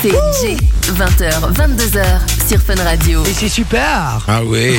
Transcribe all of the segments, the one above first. C'est Jay, 20h, 22h sur Fun Radio. Et c'est super Ah oui.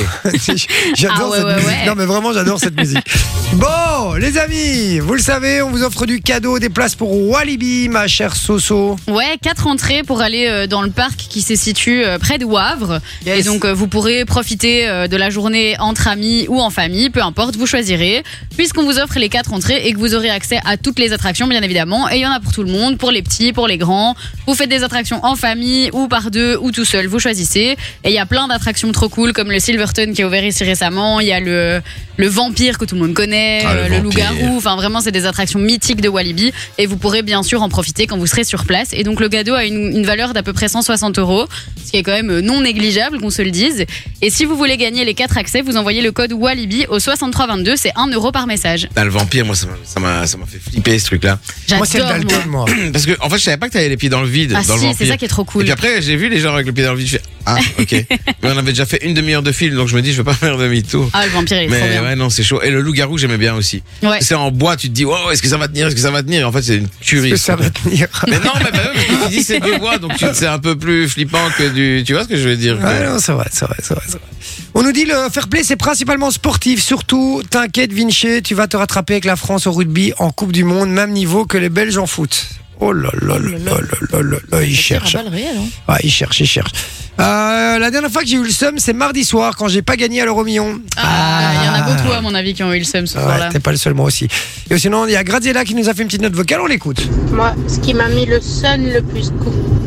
J'adore Ah ouais, cette ouais, musique. ouais. Non mais vraiment j'adore cette musique. Bon, les amis, vous le savez, on vous offre du cadeau, des places pour Walibi, ma chère Soso. Ouais, quatre entrées pour aller euh, dans le parc qui se situe euh, près de Wavre. Yes. Et donc, euh, vous pourrez profiter euh, de la journée entre amis ou en famille, peu importe, vous choisirez. Puisqu'on vous offre les quatre entrées et que vous aurez accès à toutes les attractions, bien évidemment. Et il y en a pour tout le monde, pour les petits, pour les grands. Vous faites des attractions en famille ou par deux ou tout seul, vous choisissez. Et il y a plein d'attractions trop cool, comme le Silverton qui est ouvert ici récemment. Il y a le, le vampire que tout le monde connaît, Ah, le euh, le, vampire. loup-garou. Enfin, vraiment, c'est des attractions mythiques de Walibi. Et vous pourrez bien sûr en profiter quand vous serez sur place. Et donc, le cadeau a une, une valeur d'à peu près 160 euros, ce qui est quand même euh, non négligeable, qu'on se le dise. Et si vous voulez gagner les 4 accès, vous envoyez le code Walibi au 6322. C'est 1 euro par message. Putain, le vampire, moi, ça m'a- ça m'a ça m'a fait flipper ce truc-là. Moi c'est le J'adore. moi. Dalton, moi. Parce que, en fait, je savais pas que t'avais les pieds dans le vide. Ah, dans le si, c'est vampire. ça qui est trop Et cool. puis après, j'ai vu les gens avec le pied dans le vide. Je fais Ah, ok. Mais on avait déjà fait une demi-heure de film, donc je me dis, je vais pas faire demi-tour. Ah, le vampire, il est trop Mais bien. ouais, non, c'est chaud. Et le loup-garou, j'aimais bien aussi. Ouais. C'est en bois, tu te dis, wow, est-ce que ça va tenir Est-ce que ça va tenir Et En fait, c'est une tuerie. Que ça va tenir. Mais non, mais bah, ouais, parce que tu dis c'est du bois, donc tu- c'est un peu plus flippant que du. Tu vois ce que je veux dire Ouais, Ah non, c'est vrai, c'est vrai, c'est vrai, c'est vrai. On nous dit le fair play, c'est principalement sportif. Surtout, t'inquiète, Vinci, tu vas te rattraper avec la France au rugby en Coupe du Monde, même niveau que les Belges en foot. Oh là là là là là là là là, ils cherchent. hein. Ouais, ils cherchent, ils cherchent. Euh, la dernière fois que j'ai eu le seum, c'est mardi soir quand j'ai pas gagné à l'euro million. Ah, il y en a beaucoup, à mon avis, qui ont eu le seum ce Ah Ouais, soir-là. t'es pas le seul, moi aussi. Et sinon, il y a Graziella qui nous a fait une petite note vocale, on l'écoute. Moi, ce qui m'a mis le sun le plus cou-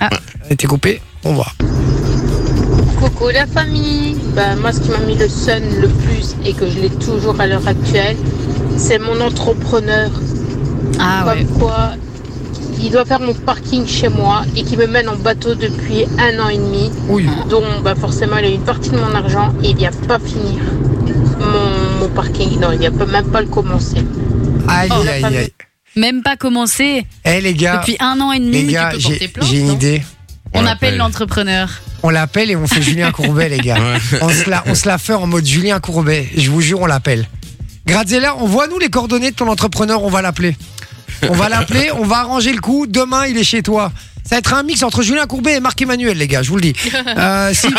Elle était coupée, on voit. coucou la famille, bah, moi ce qui m'a mis le sun le plus et que je l'ai toujours à l'heure actuelle, c'est mon entrepreneur. Ah ouais. Comme quoi, il doit faire mon parking chez moi et qui me mène en bateau depuis un an et demi. Oui. Oh, dont bah, forcément il a une partie de mon argent et il vient pas finir mon, mon parking. Non, il vient pas, même pas le commencer. Aïe, Oh, la aïe, fameuse. aïe. Même pas commencé. Eh les gars, Depuis un an et les demi, tu gars, peux porter j'ai plainte. hein. j'ai une non idée. On On appelle appelle. l'entrepreneur. On l'appelle et on fait Julien Courbet, les gars. On se, la, on se la fait en mode Julien Courbet. Je vous jure, on l'appelle. Graziella, envoie-nous les coordonnées de ton entrepreneur, on va l'appeler. On va l'appeler, on va arranger le coup. Demain, il est chez toi. Ça va être un mix entre Julien Courbet et Marc-Emmanuel, les gars, je vous le dis. Euh, S'il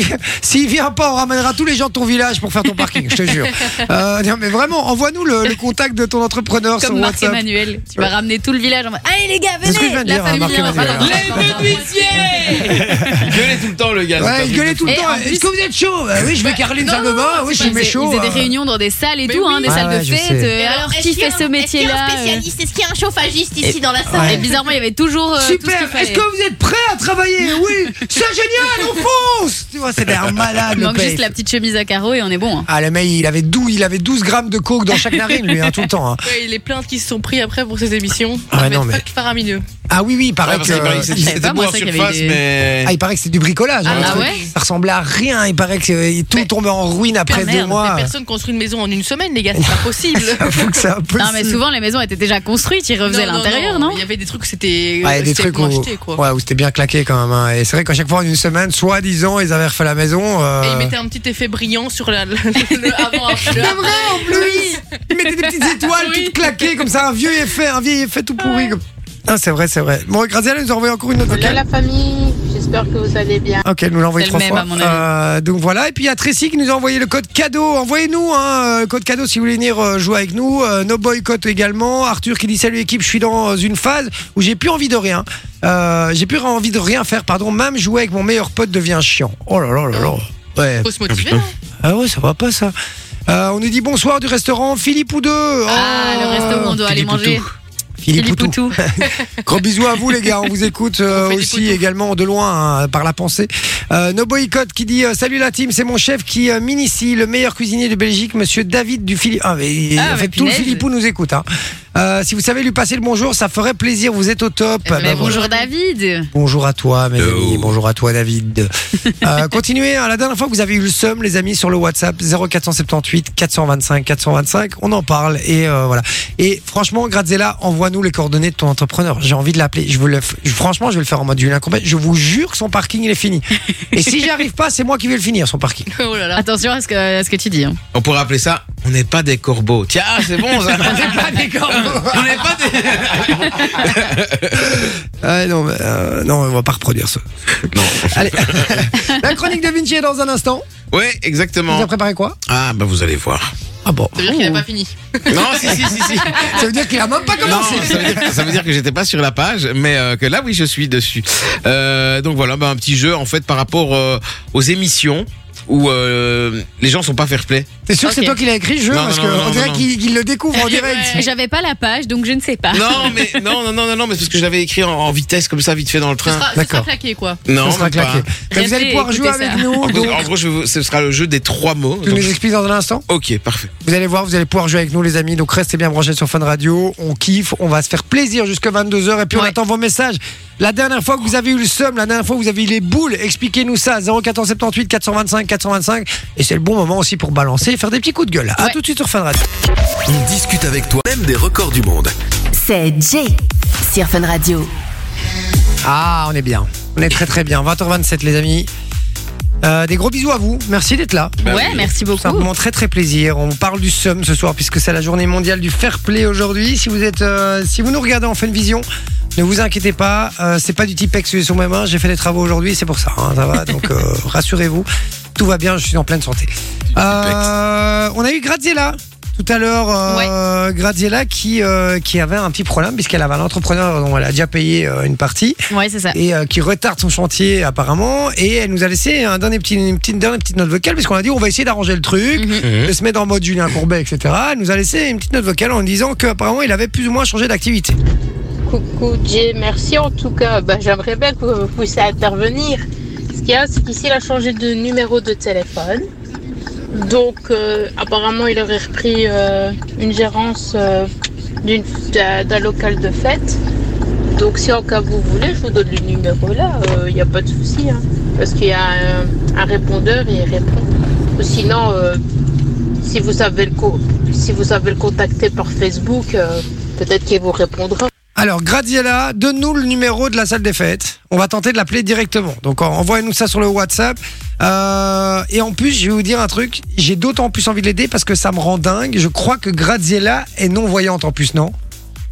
s'il- s'il vient pas, on ramènera tous les gens de ton village pour faire ton parking, je te jure. Euh, non, mais vraiment, envoie-nous le, le contact de ton entrepreneur sur Comme Marc WhatsApp. Emmanuel, tu vas ramener tout le village en mode Allez les gars, C'est ce que je viens venez de La dire, hein, famille vient, on va Marc-Emmanuel. dans- Gueuler tout le temps, le gars. Bah, c'est pas Ouais, il du gueulait tout. tout le Et temps. en plus- Est-ce que vous êtes chaud Ah Oui, je vais carrer une Bah, Non, salle de non, bain. non, Oui, c'est je pas- suis ils- chaud. Ils faisaient euh. des réunions dans des salles et Mais tout, hein, oui. des Ah salles ouais, de je fête. sais. euh, alors qui fait ce métier-là Est-ce qu'il y a un spécialiste Est-ce qu'il y a un chauffagiste ici dans la salle euh, Et bizarrement, il y avait toujours. euh, tout ce qu'il Super, fallait. est-ce que vous êtes prêts à travailler Oui, c'est génial, on fonce Tu vois, c'est un malade Il le manque mec. juste la petite chemise à carreaux et on est bon. hein. Ah, le mec, il avait 12, il avait 12 grammes de coke dans chaque narine, lui, hein, tout le temps. hein. Ouais, les plaintes qui se sont prises après pour ces émissions. Ah, Ça non, va être mais- fuck faramineux. Ah oui, oui, il Ouais, paraît parce que... qu'il paraît que je savais c'était pas, beau moi, en ça, qu'il y avait surface, des- mais. Ah, il paraît que c'est du bricolage. Ah, hein, le ah truc. ouais Ça ressemblait à rien. Il paraît que euh, tout Mais- tombait en ruine après Putain, deux merde, mois. Ah, Mais personne construit une maison en une semaine, les gars, c'est pas possible. Faut que c'est impossible. Non, mais souvent les maisons étaient déjà construites, ils refaisaient l'intérieur, non Il y avait des trucs, c'était. Ouais, des c'était trucs où, moins jeté, quoi. ouais, où c'était bien claqué quand même. hein. Et c'est vrai qu'à chaque fois en une semaine, soi-disant, ils avaient refait la maison. euh, Et ils mettaient un petit effet brillant sur la, le, le avant. le C'est après. vrai en plus Il mettait des petites étoiles toutes claquées comme ça, un vieux effet, un vieil effet tout pourri. comme- Ah, c'est vrai, c'est vrai. Bon, Graziella nous a envoyé encore une autre Voilà vocale. la famille, j'espère que vous allez bien. Ok, elle nous l'a envoyé C'est trois le même, fois. à mon avis. Euh, donc voilà. Et puis il y a Tracy qui nous a envoyé le code cadeau. Envoyez-nous hein, euh, le code cadeau si vous voulez venir euh, jouer avec nous. Euh, no boycott également. Arthur qui dit salut équipe, je suis dans une phase où j'ai plus envie de rien. Euh, j'ai plus envie de rien faire, pardon. Même jouer avec mon meilleur pote devient chiant. Oh là là là là. Ouais, Faut se motiver. hein. Ah ouais, ça va pas ça. Euh, on nous dit bonsoir du restaurant Philippe ou deux. Ah, Oh, le resto où on doit aller Philippe manger. Philippe Poutou. Ah, Poutou. Gros bisous à vous les gars, on vous écoute euh, Philippe aussi Poutou. également de loin hein, par la pensée. Euh, no boycott qui dit euh, salut la team, c'est mon chef qui euh, mine ici le meilleur cuisinier de Belgique, Monsieur David du Philippe. Ah, mais, Ah, en mais fait tout le punaise. Philippou nous écoute. hein. Euh, si vous savez lui passer le bonjour, ça ferait plaisir. Vous êtes au top. Eh ben, Ben, Mais voilà. bonjour David. Bonjour à toi, mes Hello. amis. Bonjour à toi, David. Euh, continuez. hein. la dernière fois que vous avez eu le seum, les amis, sur le WhatsApp 0478 425 425, on en parle et euh, voilà. Et franchement, Graziella, envoie-nous les coordonnées de ton entrepreneur. J'ai envie de l'appeler. Je veux le, f- je- franchement, je vais le faire en mode Julien Courbet. Je vous jure que son parking il est fini. Et si j'y arrive pas, c'est moi qui vais le finir son parking. Oh là là. Attention à ce que, à ce que tu dis. hein. On pourrait appeler ça On n'est pas des corbeaux. Tiens, ah, c'est bon ça. Pas des corbeaux. On n'est pas des. Ouais, non, mais, euh, non, on va pas reproduire ça. Non. Allez, la chronique de Vinci est dans un instant. Ouais, Tu as exactement. préparé quoi Ah, bah vous allez voir. Ah bon. C'est-à-dire qu'il n'a pas fini. Oh. Non, si, si, si, si. Ça veut dire qu'il a même pas Non, commencé. ça veut dire, ça veut dire que j'étais pas sur la page, mais euh, que là, oui, je suis dessus. Euh, donc voilà, bah, un petit jeu en fait par rapport euh, aux émissions où euh, les gens sont pas fair-play. T'es sûr que Ok. c'est toi qui l'as écrit, je Non, Parce non, que non, on non, dirait non. qu'il qu'il le découvre en direct. J'avais pas la page, donc je ne sais pas. Ah. Non, mais non, non, non, non, non, mais c'est parce que je l'avais écrit en, en vitesse comme ça, vite fait dans le Ce train. sera, ce D'accord. sera claqué, quoi. Non, Ça sera même pas. claqué. Mais vous Restez allez pouvoir et jouer écoutez avec ça. nous. En gros, donc, en gros, je vais vous- ce sera le jeu des trois mots. tu Donc, nous expliques dans un instant ok, parfait. Vous allez voir, vous allez pouvoir jouer avec nous, les amis. Donc restez bien branchés sur Fun Radio. On kiffe, on va se faire plaisir jusque 22h et puis on Ouais. attend vos messages. La dernière fois que vous avez eu le seum, la dernière fois que vous avez eu les boules, expliquez-nous ça. 0478 425 425. Et c'est le bon moment aussi pour balancer et faire des petits coups de gueule. À Ouais. tout de suite sur Fun Radio. On discute avec toi, même des records du monde. C'est Jay sur Fun Radio. Ah, on est bien. On est très très bien. 20h27, les amis. Euh, des gros bisous à vous. Merci d'être là. Ouais, merci C'est un beaucoup. moment très très plaisir. On vous parle du SUM ce soir puisque c'est la journée mondiale du fair play aujourd'hui. Si vous êtes, euh, si vous nous regardez en fin de vision, ne vous inquiétez pas. euh, c'est pas du Tipex que j'ai sur mes mains. J'ai fait des travaux aujourd'hui, c'est pour ça. hein, ça va. Donc euh, rassurez-vous, tout va bien. Je suis en pleine santé. Euh, on a eu Graziella tout à l'heure. euh, Graziella qui euh, qui avait un petit problème puisqu'elle avait un entrepreneur dont elle a déjà payé euh, une partie Ouais, c'est ça. et euh, qui retarde son chantier apparemment. Et elle nous a laissé un dernier petit, une petite, dernière petite note vocale puisqu'on a dit on va essayer d'arranger le truc, Mhm. de se mettre en mode Julien Courbet, etc. Elle nous a laissé une petite note vocale en disant qu'apparemment il avait plus ou moins changé d'activité. Coucou Jay, merci en tout cas. Bah, J'aimerais bien que vous puissiez intervenir. Ce qu'il y a, c'est qu'ici, il a changé de numéro de téléphone. Donc, euh, apparemment, il aurait repris euh, une gérance euh, d'une- d'un d'un local de fête. Donc, si en cas vous voulez, je vous donne le numéro là. Euh, Il n'y a pas de souci. hein. parce qu'il y a un, un répondeur et il répond. Ou sinon, euh, si, vous savez le co- si vous savez le contacter par Facebook, euh, peut-être qu'il vous répondra. Alors Graziella, donne-nous le numéro de la salle des fêtes. On va tenter de l'appeler directement. Donc en- envoyez-nous ça sur le WhatsApp. Euh, et en plus, je vais vous dire un truc. J'ai d'autant plus envie de l'aider parce que ça me rend dingue. Je crois que Graziella est non voyante en plus, non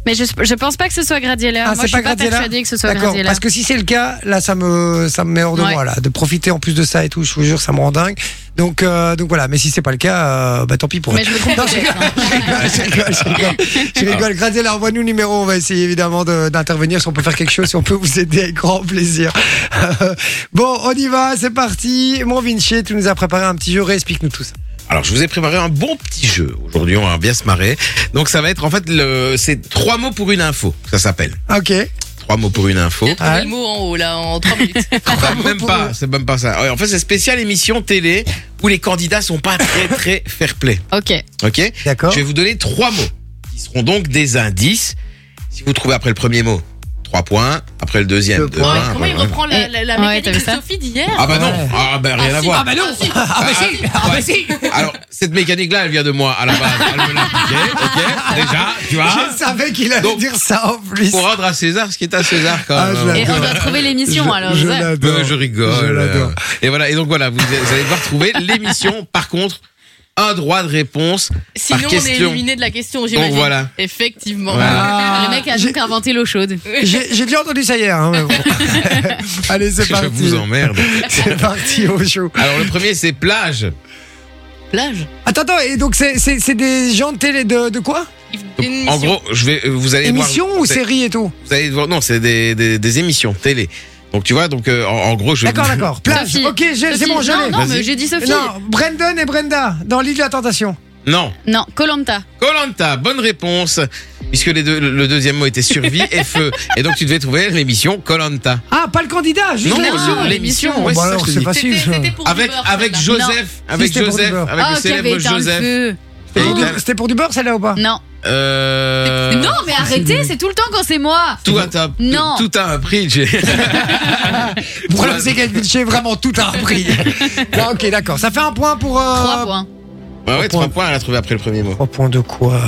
Mais je, je pense pas que ce soit Gradiella. Ah, Moi, c'est je suis pas pas Graziella persuadée que ce soit D'accord, Gradiella. parce que si c'est le cas, là, ça me, ça me met hors de Ouais. moi, là, de profiter en plus de ça et tout. Je vous jure, ça me rend dingue. Donc, euh, donc voilà. Mais si c'est pas le cas, euh, bah tant pis pour Mais elle. je me trompe Non, je peut-être, hein. rigole, je rigole, je Ah. rigole. Graziella, envoie-nous le numéro. On va essayer évidemment de- d'intervenir si on peut faire quelque chose, si on peut vous aider avec grand plaisir. bon, on y va, c'est parti. Mon Vinci, tu nous as préparé un petit jeu. Réexplique-nous tout ça. Alors, je vous ai préparé un bon petit jeu. Aujourd'hui, on va bien se marrer. Donc, ça va être en fait le, c'est trois mots pour une info. Ça s'appppelle. Ok. Trois mots pour une info. Il Ouais. a trouvé Ah, le mot en haut, là, en 3 minutes. Bah, mots même pour pas, une- c'est même pas ça. Ouais, En fait, c'est spécial émission télé où les candidats sont pas très très fair-play. Ok. Ok D'accord. Je vais vous donner trois mots qui seront donc des indices. Si vous trouvez après le premier mot, trois points. Après le deuxième, Deux deux points. points. Comment après il le- reprend la, la, la Ouais, t'as vu mécanique de ça Sophie d'hier Ah bah non, Ouais. ah bah rien à voir. bah non Ah, bah si, ah, bah si. Alors, cette mécanique-là, elle vient de moi à la base. Elle me l'a appliquée, ok Déjà, tu vois Je savais qu'il allait Ah. Donc, dire ça en plus. Pour rendre à César ce qui est à César quand Ah, même. je l'adore. Et on doit trouver l'émission alors. je ouais. l'adore. Euh, je rigole. Je l'adore. Et voilà, et donc voilà, vous, vous allez devoir trouver l'émission. Par contre, un droit de réponse. Sinon, par on est question. éliminé de la question, j'imagine. voilà. Effectivement. Voilà. Le mec a Ah, J'ai- donc inventé l'eau chaude. J'ai j'ai déjà entendu ça hier. hein, mais bon. Allez, c'est Je parti. vous emmerde. C'est parti au show. Alors le premier c'est plage. Plage. Attends, attends, et donc c'est- c'est c'est des gens de télé de, de quoi Donc, en gros, je vais, vous allez Émission voir. ou c'est- série et tout Vous allez voir. Non, c'est des, des, des émissions télé. Donc tu vois, donc euh, en, en gros, je. D'accord, d'accord. Plage. Sophie. Ok, j'ai- c'est Sophie, bon, je Non, l'ai. non, Vas-y. mais j'ai dit Sophie. Non, Brendan et Brenda dans l'île de la tentation. Non. Non, Colanta. Colanta, bonne réponse, puisque les deux, le deuxième mot était survie et feu. Et donc tu devais trouver l'émission Colanta. Ah, pas le candidat, juste Non, l'émission. non, l'émission, Bon, ouais, bah c'est ça alors, que je c'est dis. facile. C'était ça. c'était pour Avec Uber, avec celle-là. Joseph, avec c'était pour Joseph, Uber. avec le oh, qui avait célèbre éteint le Joseph. feu. Et C'était pour il a- du- C'était pour du beurre, celle-là ou pas Non. Euh, non, mais arrêtez, c'est tout le temps quand c'est moi. Tout a, un- Non. tout a un prix. j'ai- Le problème, c'est qu'elle j'ai vraiment tout à repris. Non, ok, d'accord. Ça fait un point pour. euh, Trois points. Bah Ouais, ouais, points. trois points, elle a trouvé après le premier mot. Trois points de quoi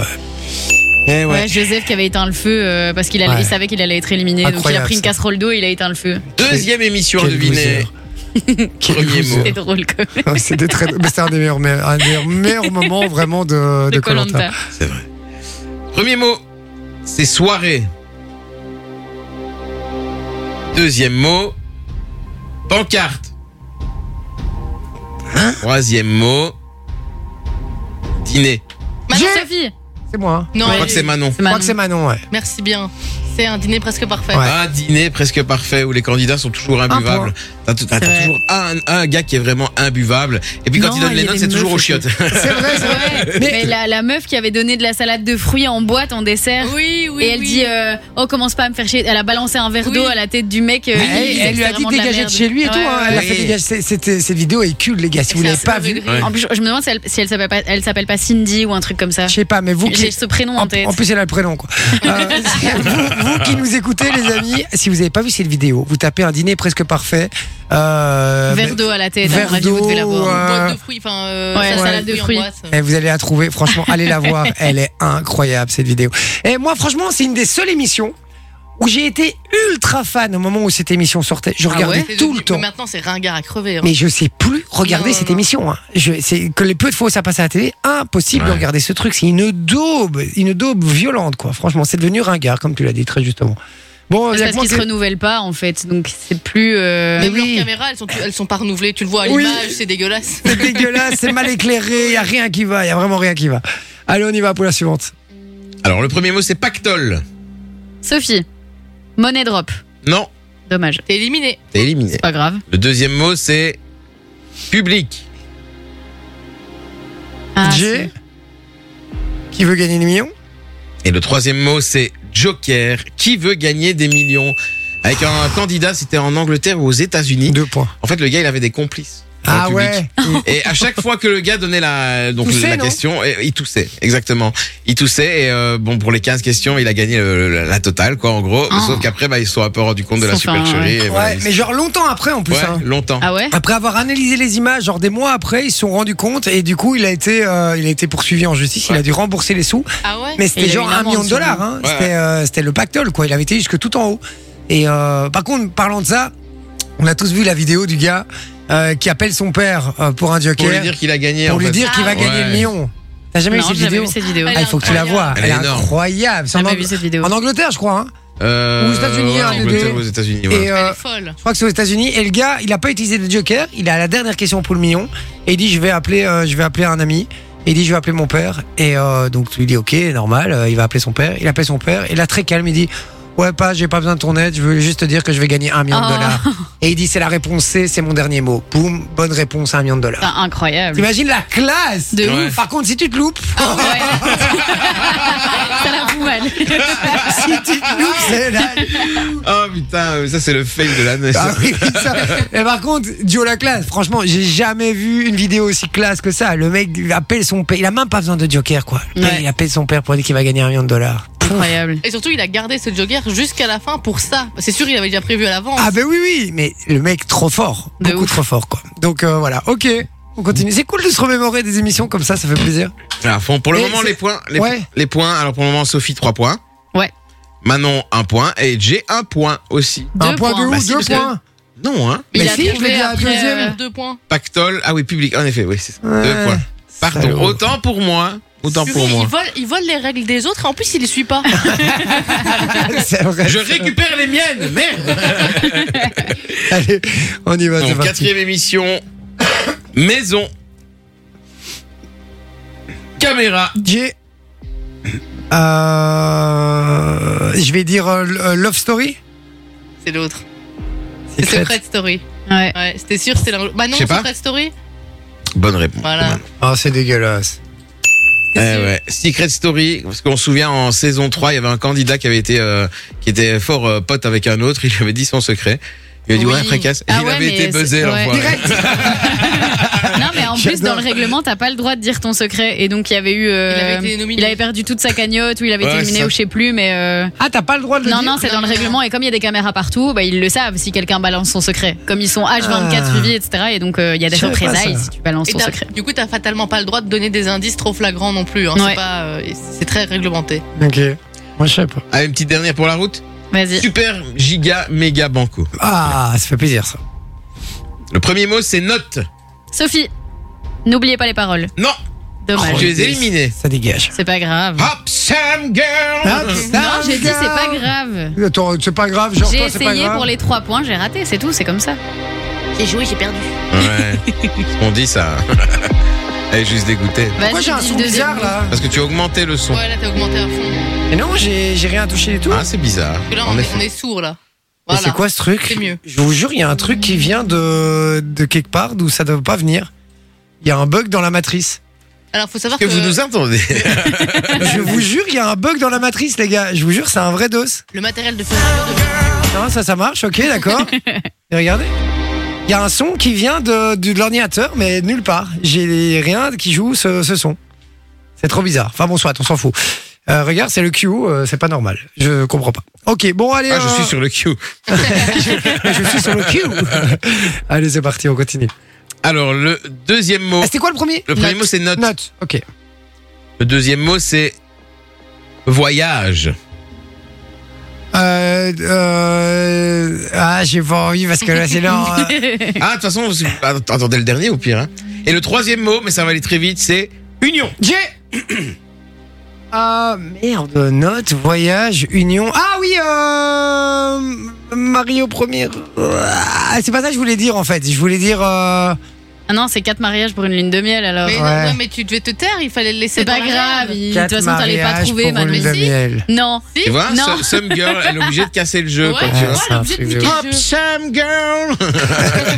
Eh Ouais. Joseph qui avait éteint le feu euh, parce qu'il allait- Ouais. il savait qu'il allait être éliminé. Donc il Incroyable, a pris une ça. casserole d'eau et il a éteint le feu. Deuxième émission à Quel deviner. loser. Premier mot. C'est drôle quand même. Ah, C'était très. mais C'était un des meilleurs, un des meilleurs- meilleurs moments vraiment de De de Koh Koh-Lanta. Lanta. Premier mot, c'est soirée. Deuxième mot, pancarte. Troisième mot, dîner. Manon, J'ai- c'est- Sophie, C'est moi. hein. Non, Je crois que c'est Manon. c'est Je crois Manon. que c'est Manon, ouais. merci bien. C'est un dîner presque parfait. Ouais. Un dîner presque parfait où les candidats sont toujours imbuvables. T'as t'as- t'as vrai. toujours un, un gars qui est vraiment imbuvable. Et puis quand Non, il donne il y les a notes, des c'est toujours meufs aux aussi. chiottes. C'est vrai, c'est vrai. Ouais, Mais- mais la, la meuf qui avait donné de la salade de fruits en boîte en dessert. Oui, oui. et elle oui. dit euh, Oh, commence pas à me faire chier. Elle a balancé un verre Oui. d'eau à la tête du mec. euh, Mais il Bah, Elle, disait elle que lui a c'était dit vraiment de la dégagez de merde. chez lui et tout. Ouais, hein. ouais. Elle a ouais. fait dégager. c'est- c'était- Cette vidéo est cool, les gars. Si vous l'avez pas vue, Ouais. En plus, je me demande si elle, si elle s'appelle pas, elle s'appelle pas Cindy ou un truc comme ça. je sais pas, mais vous J'ai qui. ce prénom En, en tête. en plus, elle a le prénom, quoi. Euh, vous, vous qui nous écoutez, les amis, si vous n'avez pas vu cette vidéo, vous tapez un dîner presque parfait. Euh, Verre d'eau à la tête, à verre mon avis, vous devez d'eau, l'avoir. euh, Boîte de fruits, enfin, euh, Ouais, sa ouais. salade de Fruits en fruits. boîte. Et Eh, vous allez la trouver, franchement, allez la voir, elle est incroyable cette vidéo. Et moi, franchement, c'est une des seules émissions où j'ai été ultra fan au moment où cette émission sortait. Je Ah regardais C'est tout devenu- le temps. mais Maintenant, c'est ringard à crever. hein. Mais je sais plus regarder Non, cette non. émission. hein. Je, c'est que les peu de fois où ça passe à la télé, impossible de Ouais. regarder ce truc. C'est une daube, une daube violente, quoi. Franchement, c'est devenu ringard, comme tu l'as dit très justement. Bon, il y C'est a parce que moi qu'ils se qui- renouvellent pas en fait, donc c'est plus. euh, Même Mais oui. leurs caméras, elles sont, elles sont pas renouvelées. Tu le vois à Oui. l'image, c'est dégueulasse. c'est dégueulasse, c'est mal éclairé, il y a rien qui va, il y a vraiment rien qui va. Allez, on y va pour la suivante. Alors le premier mot, c'est pactole. Sophie, monnaie drop. Non, Dommage, T'es éliminé. t'es éliminé. c'est pas grave. Le deuxième mot, c'est public. Ah, Jay, qui veut gagner des millions Et le troisième mot, c'est Joker. Qui veut gagner des millions Avec un candidat, c'était en Angleterre ou aux États-Unis. Deux points. En fait, le gars, il avait des complices. dans le Ah public. ouais. Et à chaque fois que le gars donnait la, donc Toussait, la non question, et- il toussait. Exactement. Il toussait. Et euh, bon, pour les 15 questions, il a gagné euh, la, la totale, quoi, en gros. Ah. Sauf qu'après, bah, ils se sont un peu rendus compte de Ils la sont fins, supercherie. et voilà, Ouais, ils- mais genre longtemps après en plus. Ouais, hein. longtemps. si. Ah ouais Après avoir analysé les images, genre des mois après, ils se sont rendus compte et du coup, il a été, euh, il a été poursuivi en justice. Il a dû rembourser les sous, Ah ouais mais Et c'était il a genre eu une un million amende, de dollars. Hein. Ouais, C'était, euh, c'était le pactole, quoi. Il avait été jusque tout en haut. Et euh, par contre, parlant de ça, on a tous vu la vidéo du gars euh, qui appelle son père euh, pour un Pour lui joker dire qu'il a gagné. en pour lui fait. dire qu'il va Ah, gagner ouais. le million. T'as hein. jamais Non, vu cette j'ai jamais vidéo vu cette vidéo. Ah, Il faut que tu la vois. Elle Elle, est est énorme. incroyable. C'est J'ai en, jamais Ang- vu cette vidéo. en Angleterre, je crois. hein. Euh, Aux États-Unis, ouais, un des Angleterre, deux. aux États-Unis, ouais. Et Elle euh, est folle. je crois que c'est aux États-Unis. Et le gars, il a pas utilisé de joker. Il a la dernière question pour le million. Et il dit je vais appeler, euh, je vais appeler un ami. Et il dit je vais appeler mon père. Et euh, donc il dit ok, normal. euh, il va appeler son père. Il appelle son père. Et là très calme, il dit ouais pas, j'ai pas besoin de ton aide. Je veux juste te dire que je vais gagner un million de Oh. dollars. Et il dit c'est la réponse C, c'est mon dernier mot. Boum, bonne réponse un million de dollars. Putain, incroyable. T'imagines la classe Ah. De Ouais. ouf. Par contre, si tu te loupes, Ouais. Ça la fout mal. si tu te loupes, c'est la Oh putain, ça c'est le fail de l'année. Ah oui, ça. Mais par contre, duo la classe, franchement, j'ai jamais vu une vidéo aussi classe que ça. Le mec il appelle son père, il a même pas besoin de joker quoi. Le Ouais. mec, Il appelle son père pour dire qu'il va gagner un million de dollars. Incroyable. Et surtout, il a gardé ce jogger jusqu'à la fin pour ça. C'est sûr, il avait déjà prévu à l'avance. Ah ben oui oui, mais le mec trop fort, De beaucoup ouf. trop fort quoi. Donc euh, voilà, ok. On continue. C'est cool de se remémorer des émissions comme ça, ça fait plaisir. À fond. Pour le Et moment, c'est- les points. Les, Ouais. les points. Alors pour le moment, Sophie, 3 points. Ouais. Manon, 1 point. Et j'ai 1 point aussi. un Deux point points. de Bah ouf, si, deux parce que- points. Non, hein. Mais il a si, je trouvé l'ai dit à la après, deuxième. euh, Deux points. Pactole. Ah oui, public. En effet, oui, c'est ça. Ouais. Deux points. Pardon. Salaud. Autant pour moi. Autant pour Purée, moi. Ah, Il vole, il vole les règles des autres et en plus, il les suit pas. C'est vrai. Je récupère les miennes. Merde. Allez, on y va. c'est Donc parti. quatrième émission. Maison. Caméra. J'ai. Euh, je vais dire euh, l- euh, Love Story. c'est l'autre. C'est Secret Story. Ouais. Ouais, c'était sûr, c'était l'un. Bah non, Je sais pas. Secret Story. Bonne réponse. Ah, Voilà. Oh, c'est dégueulasse. Eh C'était sûr. ouais. Secret Story, parce qu'on se souvient en saison 3, il y avait un candidat qui avait été euh, qui était fort euh, pote avec un autre, il lui avait dit son secret. Il lui a dit Oui. ouais fracasse, Et Ah il ouais, avait mais été c'est- buzzé ouais. hein, l'enfoiré. Direct. Non, mais en plus, J'adore. dans le règlement, t'as pas le droit de dire ton secret. Et donc, il y avait eu. euh, Il avait été nominé. il avait perdu toute sa cagnotte, ou il avait Ouais, été éliminé, ça. ou je sais plus, mais. euh, Ah, t'as pas le droit de le Non, dire non, c'est dans le Non. règlement. Et comme il y a des caméras partout, bah, ils le savent si quelqu'un balance son secret. Comme ils sont H24 Ah. suivis, etc. Et donc, euh, il y a des Je savais pas représailles ça. si tu balances Et ton t'as- secret. du coup, t'as fatalement pas le droit de donner des indices trop flagrants non plus. hein. Ouais. C'est pas, euh, c'est très réglementé. Ok. Moi, je sais pas. Allez, Ah, une petite dernière pour la route. Vas-y. Super giga méga banco. Ah, ça fait plaisir, ça. Le premier mot, c'est note. Sophie, n'oubliez pas les paroles. Non, Bah, je Oh, Oh, Dommage. les ai éliminés. Ça dégage. C'est pas Ah, grave. Hop, Sam Girl. Non, j'ai dit c'est pas grave. Attends, c'est pas grave, genre J'ai toi, c'est pas essayé grave. pour les trois points, j'ai raté, c'est tout, c'est comme ça. J'ai joué, j'ai perdu. Ouais, on dit ça. Elle est juste dégoûtée. Pourquoi j'ai un son bizarre là Parce que tu as augmenté le son. Ouais, là, t'as augmenté à fond. Mais non, j'ai j'ai rien touché du tout. Ah, c'est bizarre. Parce que là, En on est, effet. on est sourd, là. Mais Voilà. c'est quoi ce truc C'est mieux. Je vous jure, il y a un truc qui vient de, de quelque part d'où ça ne doit pas venir. Il y a un bug dans la matrice. Alors, faut savoir Est-ce que. que vous nous entendez Je vous jure, il y a un bug dans la matrice, les gars. Je vous jure, c'est un vrai dos. Le matériel de Fun Radio devient- Non, ça, ça marche, ok, d'accord. Et regardez. Il y a un son qui vient de, de, de l'ordinateur, mais nulle part. J'ai rien qui joue ce, ce son. C'est trop bizarre. Enfin, bon, soit, on s'en fout. Euh, regarde, c'est le Q, euh, c'est pas normal. Je comprends pas. Ok, bon, allez. Ah, je euh, suis sur le Q. je suis sur le Q. allez, c'est parti, on continue. Alors, le deuxième mot. Ah, C'était quoi le premier Oh. Le premier Note. mot, c'est note. Note, ok. Le deuxième mot, c'est voyage. Euh, euh, ah, j'ai pas envie parce que là, c'est lent. hein. Ah, de toute façon, vous- att- attendez le dernier au pire. hein. Et le troisième mot, mais ça va aller très vite, c'est union. J'ai. Ah merde, note, voyage, union. Ah oui, euh... Marie au premier. Ah, C'est pas ça que je voulais dire en fait. Je voulais dire. euh, Ah non, c'est quatre mariages pour une lune de miel alors. Mais Ouais. non, non, mais tu devais te taire, il fallait le laisser. C'est pas dans la merde. grave, il- de toute quatre façon t'allais pas mariages trouver pour Manu. Roule de miel. Non, Tu vois, Non. Some- Some Girl, elle est obligée de casser le jeu. Ouais, quoi, tu tu Ah, vois. vois, c'est elle un est obligée de truc de Hop, niquer le jeu. Some Girl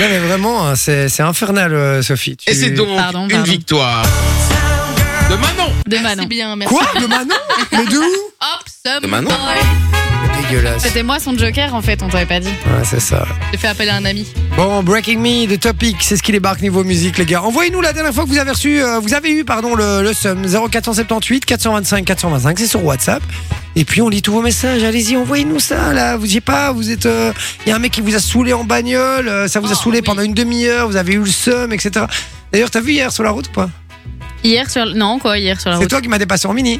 Non mais vraiment, hein, c'est c'est infernal, euh, Sophie. Tu- Et c'est donc Pardon, une pardon. victoire de Manon. de Merci Manon. Ah, bien, merci. Quoi De Manon Mais de où Hop, somme. De Manon. Dégueulasse. C'était moi son joker en fait, on t'aurait pas dit. Ouais, c'est ça. J'ai fait appel à un ami. Bon, Breaking Me, The Topic, c'est ce qui débarque niveau musique, les gars. Envoyez-nous la dernière fois que vous avez reçu, euh, vous avez eu, pardon, le, le SUM 0478 425 425, c'est sur WhatsApp. Et puis on lit tous vos messages, allez-y, envoyez-nous ça, là. Vous sais pas, vous êtes. Il y a un mec qui vous a saoulé en bagnole, euh, ça vous a Oh, Ah, saoulé oui. pendant une demi-heure, vous avez eu le SUM, etc. D'ailleurs, t'as vu hier sur la route ou pas Hier sur non quoi, hier sur la C'est route. toi qui m'as dépassé en mini.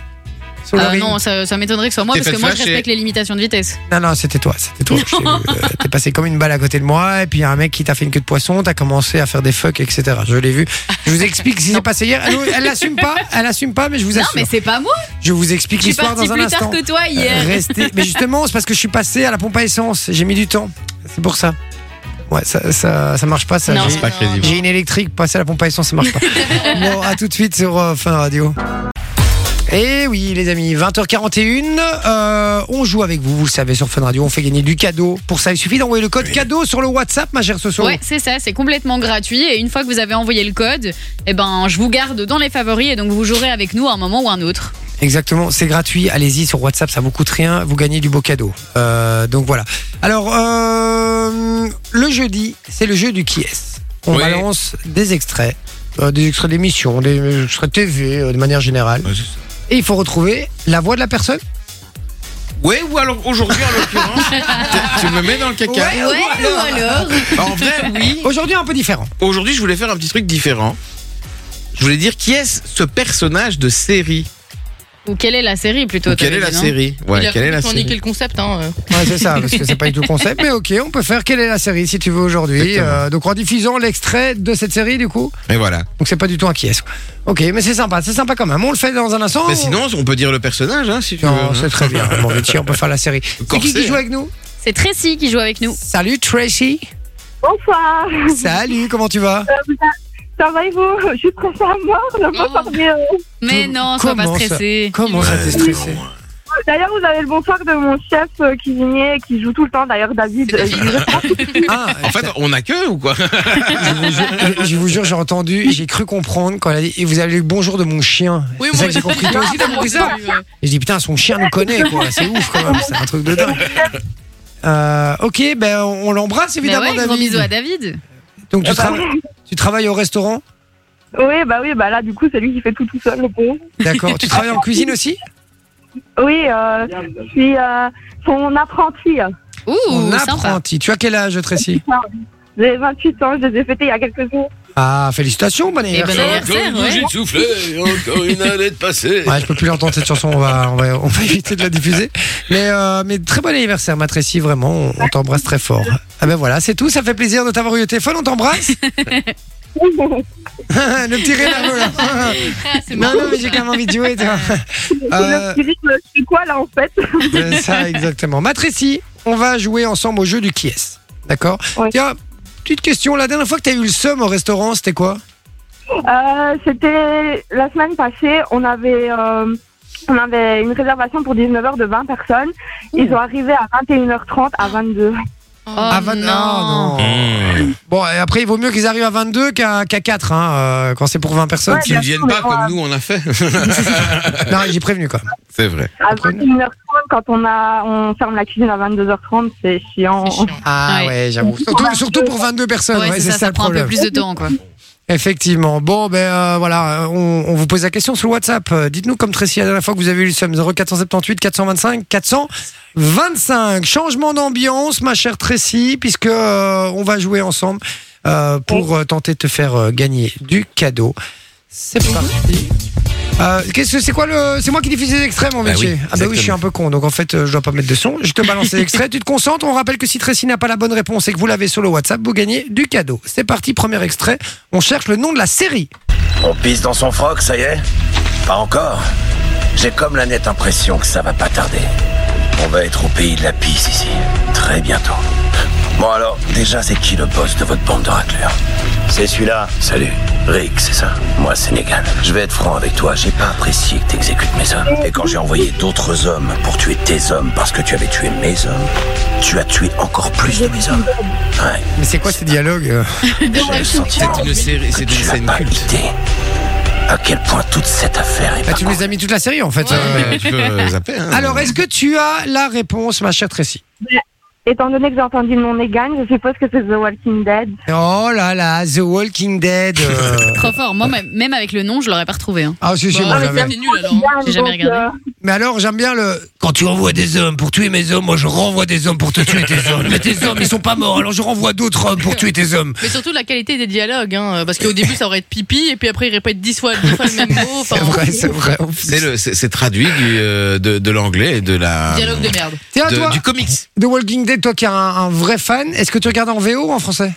Sur le Ah ring. non, ça, ça m'étonnerait que ce soit moi T'es parce que fait moi je flasher. respecte les limitations de vitesse. Non, non, c'était toi, c'était toi. Je t'ai vu, euh, T'es passé comme une balle à côté de moi, et puis y a un mec qui t'a fait une queue de poisson, t'as commencé à faire des fucks, etc. Je l'ai vu. Je vous explique ce qui s'est passé hier. Elle- Elle l'assume pas, elle assume pas, mais je vous Non, assure. mais c'est pas moi, Je vous explique je suis l'histoire partie dans un plus instant. tard que toi Euh, hier. Restez. Mais justement, c'est parce que je suis passé à la pompe à essence. J'ai mis du temps. C'est pour ça. Ouais, ça, ça, ça marche pas, ça. Non. J'ai- C'est pas crédible. J'ai une électrique, passer à la pompe à essence, ça marche pas. bon, à tout de suite sur euh, Fin Radio. Et oui, les amis, 20h41, euh, on joue avec vous, vous le savez, sur Fun Radio, on fait gagner du cadeau. Pour ça, il suffit d'envoyer le code cadeau sur le WhatsApp, ma chère Soso. Ouais, c'est ça, c'est complètement gratuit et une fois que vous avez envoyé le code, eh ben je vous garde dans les favoris et donc vous jouerez avec nous à un moment ou un autre. Exactement, c'est gratuit, allez-y sur WhatsApp, ça vous coûte rien, vous gagnez du beau cadeau. Euh, donc voilà. Alors, euh, le jeudi, c'est le jeu du qui est. On Oui. balance des extraits, euh, des extraits d'émissions, des extraits TV euh, de manière générale. Et il faut retrouver la voix de la personne. Ouais, ou alors aujourd'hui en l'occurrence, tu- tu me mets dans le caca. Bah, Ouais, ou alors. alors En vrai, oui. Aujourd'hui, un peu différent. Aujourd'hui, je voulais faire un petit truc différent. Je voulais dire qui est ce personnage de série Ou quelle est la série plutôt Ou Quelle est t'avais la dit, non série Ouais, il a Ah, quelle est la complètement niqué série le concept, hein. euh. Ouais, c'est ça, parce que c'est pas du tout le concept. Mais ok, on peut faire quelle est la série si tu veux aujourd'hui. Exactement. Euh, donc en diffusant l'extrait de cette série, du coup. Mais voilà. Donc c'est pas du tout un qui est. Ok, mais c'est sympa, c'est sympa quand même. On le fait dans un instant. Mais sinon, on peut dire le personnage, hein, si tu Oh. Non, veux. c'est très bien. Bon, mais tiens, on peut faire la série. C'est qui Corsé, qui joue hein. avec nous C'est Tracy qui joue avec nous. Salut Tracy. Bonsoir, Salut, comment tu vas ça va et vous Je suis pressée à mort, ne pas Oh. parler. euh. Mais non, sois pas Comment ça stressé. Comment ça t'es stressé D'ailleurs, vous avez le bonsoir de mon chef euh, cuisinier qui joue tout le temps, d'ailleurs, David. Euh, je dirais pas. Ah, En fait, on a que ou quoi je, je vous jure, j'ai entendu, j'ai cru comprendre quand elle a dit Et vous avez le bonjour de mon chien. Oui, c'est ça moi, que j'ai j'ai compris. Toi aussi, t'as compris ça Et je dis putain, son chien nous connaît, quoi. C'est ouf quand même, c'est un truc de dingue. Euh, ok, ben on on l'embrasse Mais évidemment, ouais, gros David. bisous à David. Donc tu, trava- tu travailles au restaurant, oui, bah oui, bah là, du coup, c'est lui qui fait tout tout seul, le pauvre. d'accord. Tu travailles en cuisine aussi Oui, euh, je suis euh, son apprenti. Ouh, On sympa. Ah, apprenti. Tu as quel âge, Tracy J'ai 28 ans, je les ai fêtés il y a quelques jours. Ah, félicitations, bon Et bon anniversaire. anniversaire, ouais. de souffler, encore une allée de passer. Ouais, je peux plus l'entendre cette chanson, on va, on, va, on va éviter de la diffuser. Mais, euh, mais très bon anniversaire, ma Tracy, vraiment, on, on t'embrasse très fort. Ah ben voilà, c'est tout. Ça fait plaisir de t'avoir eu au téléphone. On t'embrasse. le petit rire nerveux, là. Ah, c'est non, marrant, non, mais j'ai ça. quand même envie de jouer. toi. Euh, Je me suis dit, je suis quoi là en fait C'est ça, exactement. Matrécy, on va jouer ensemble au jeu du qui est. D'accord Ouais. Tiens, petite question. La dernière fois que tu as eu le seum au restaurant, c'était quoi Euh, C'était la semaine passée, on avait, euh, on avait une réservation pour 19h de 20 personnes. Ils sont arrivés à 21h30 à 22. À Ah, Oh, 20 bah, non. non, non. Mmh. Bon, et après, il vaut mieux qu'ils arrivent à 22 qu'à 4 hein, euh, quand c'est pour 20 personnes. Ouais, Qu'ils ne bien viennent sûr, pas mais comme moi- nous on a fait. Non, j'ai prévenu quand même. C'est vrai. À Après- 21h30, quand on, a, on ferme la cuisine à 22h30, c'est chiant. C'est chiant. Ah ouais, Ouais. j'avoue. Surtout, surtout pour 22 personnes, Ouais, ouais, c'est c'est ça, ça, ça, le prend un problème. peu plus de temps, quoi. Effectivement. Bon, ben euh, voilà, euh, on, on vous pose la question sur le WhatsApp. Euh, Dites-nous comme Tracy la dernière fois que vous avez eu le somme 0478 425 425. Changement d'ambiance, ma chère Tracy, puisque euh, on va jouer ensemble euh, pour euh, tenter de te faire euh, gagner du cadeau. C'est Mhm. parti. Euh, Qu'est-ce que c'est quoi le C'est moi qui diffuse les extraits mon Bah métier. oui, ah bah oui, je suis un peu con, donc en fait euh, je dois pas mettre de son. Je te balance les extraits, tu te concentres. On rappelle que si Tracy n'a pas la bonne réponse et que vous l'avez sur le WhatsApp, vous gagnez du cadeau. C'est parti, premier extrait. On cherche le nom de la série. On pisse dans son froc, ça y est Pas encore. J'ai comme la nette impression que ça va pas tarder. On va être au pays de la pisse ici, très bientôt. Bon alors, déjà c'est qui le boss de votre bande de racleurs C'est celui-là. Salut, Rick, c'est ça. Moi, Sénégal. Je vais être franc avec toi, j'ai pas apprécié que t'exécutes mes hommes. Et quand j'ai envoyé d'autres hommes pour tuer tes hommes parce que tu avais tué mes hommes, tu as tué encore plus de mes hommes. Ouais, Mais c'est quoi ces dialogues euh C'est j'ai le sentiment une série, c'est une tu n'as scène pas culte. idée à quel point toute cette affaire est Bah, Ah, Tu nous as mis toute la série en fait. Euh, Ouais, tu peux euh, zapper. Hein. Alors, est-ce que tu as la réponse, ma chère Tracy Étant donné que j'ai entendu le nom Negan, je suppose que c'est The Walking Dead. Oh là là, The Walking Dead. euh. Trop fort. Moi, même même avec le nom, je l'aurais pas retrouvé. hein. Ah, si, si, Bah, moi, ah, mais j'avais. c'est nul alors. J'ai jamais Donc, regardé. euh, Mais alors, j'aime bien le. Quand tu envoies des hommes pour tuer mes hommes, moi je renvoie des hommes pour te tuer tes hommes. Mais tes hommes, ils sont pas morts, alors je renvoie d'autres hommes pour tuer tes hommes. Mais surtout la qualité des dialogues, hein, parce qu'au début ça aurait été pipi, et puis après il répète dix fois, dix fois le même mot. C'est enfin, vrai, c'est vrai. C'est le- c'est- c'est traduit du, euh, de, de l'anglais et de la Dialogue de merde. Tiens, de- toi, du comics. The Walking Dead, toi qui es un, un vrai fan, est-ce que tu regardes en VO ou en français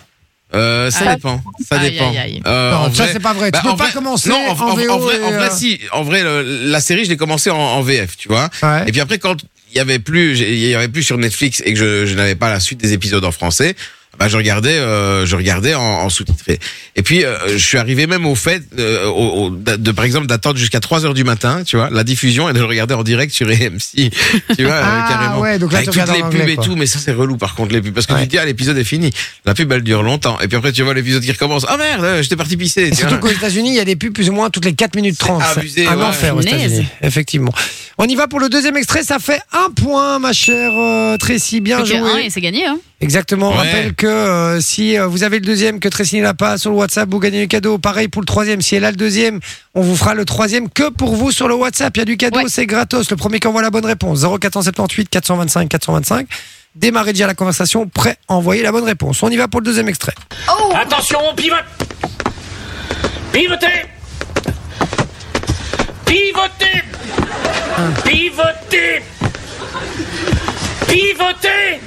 Euh, ça Ah. Aïe. dépend, ça Aïe, dépend. aïe, aïe. Euh, en Non, ça vrai- c'est pas vrai. Bah, tu peux en pas vrai- commencer Non, en, en, en- VO. en vrai, et, en vrai, euh, si. En vrai, le- la série, je l'ai commencée en, en VF, tu vois. ouais. Et puis après, quand il y avait plus, j'ai- il y avait plus sur Netflix et que je, je n'avais pas la suite des épisodes en français, bah je regardais, euh, je regardais en, en sous-titré. Et puis euh, je suis arrivé même au fait, euh, au- au- de, de, par exemple d'attendre jusqu'à 3 heures du matin, tu vois, la diffusion et de le regarder en direct sur EMC, tu vois, euh, Ah, carrément. ouais, donc là, Avec tu toutes regardes les en pubs anglais, et quoi. tout, mais ça c'est relou par contre les pubs parce que Ouais. tu te dis ah l'épisode est fini, la pub elle dure longtemps et puis après tu vois l'épisode qui recommence, ah merde, euh, j'étais parti pisser. Et tu surtout vois. qu'aux États-Unis, il y a des pubs plus ou moins toutes les 4 minutes C'est 30. abusé, un ouais. enfer aux Punaise. États-Unis. Effectivement. On y va pour le deuxième extrait. Ça fait un point, ma chère euh, Tracy. Bien Fait que un joué. et c'est gagné. Hein. Exactement. On Ouais. rappelle que euh, si euh, vous avez le deuxième, que Tracy n'a pas sur le WhatsApp, vous gagnez du cadeau. Pareil pour le troisième. Si elle a le deuxième, on vous fera le troisième que pour vous sur le WhatsApp. Il y a du cadeau, Ouais. c'est gratos. Le premier qui envoie la bonne réponse. 0478 425 425. Démarrez déjà la conversation. Prêt, envoyez la bonne réponse. On y va pour le deuxième extrait. Attention, on pivote Pivotez Pivotez Pivotez Pivotez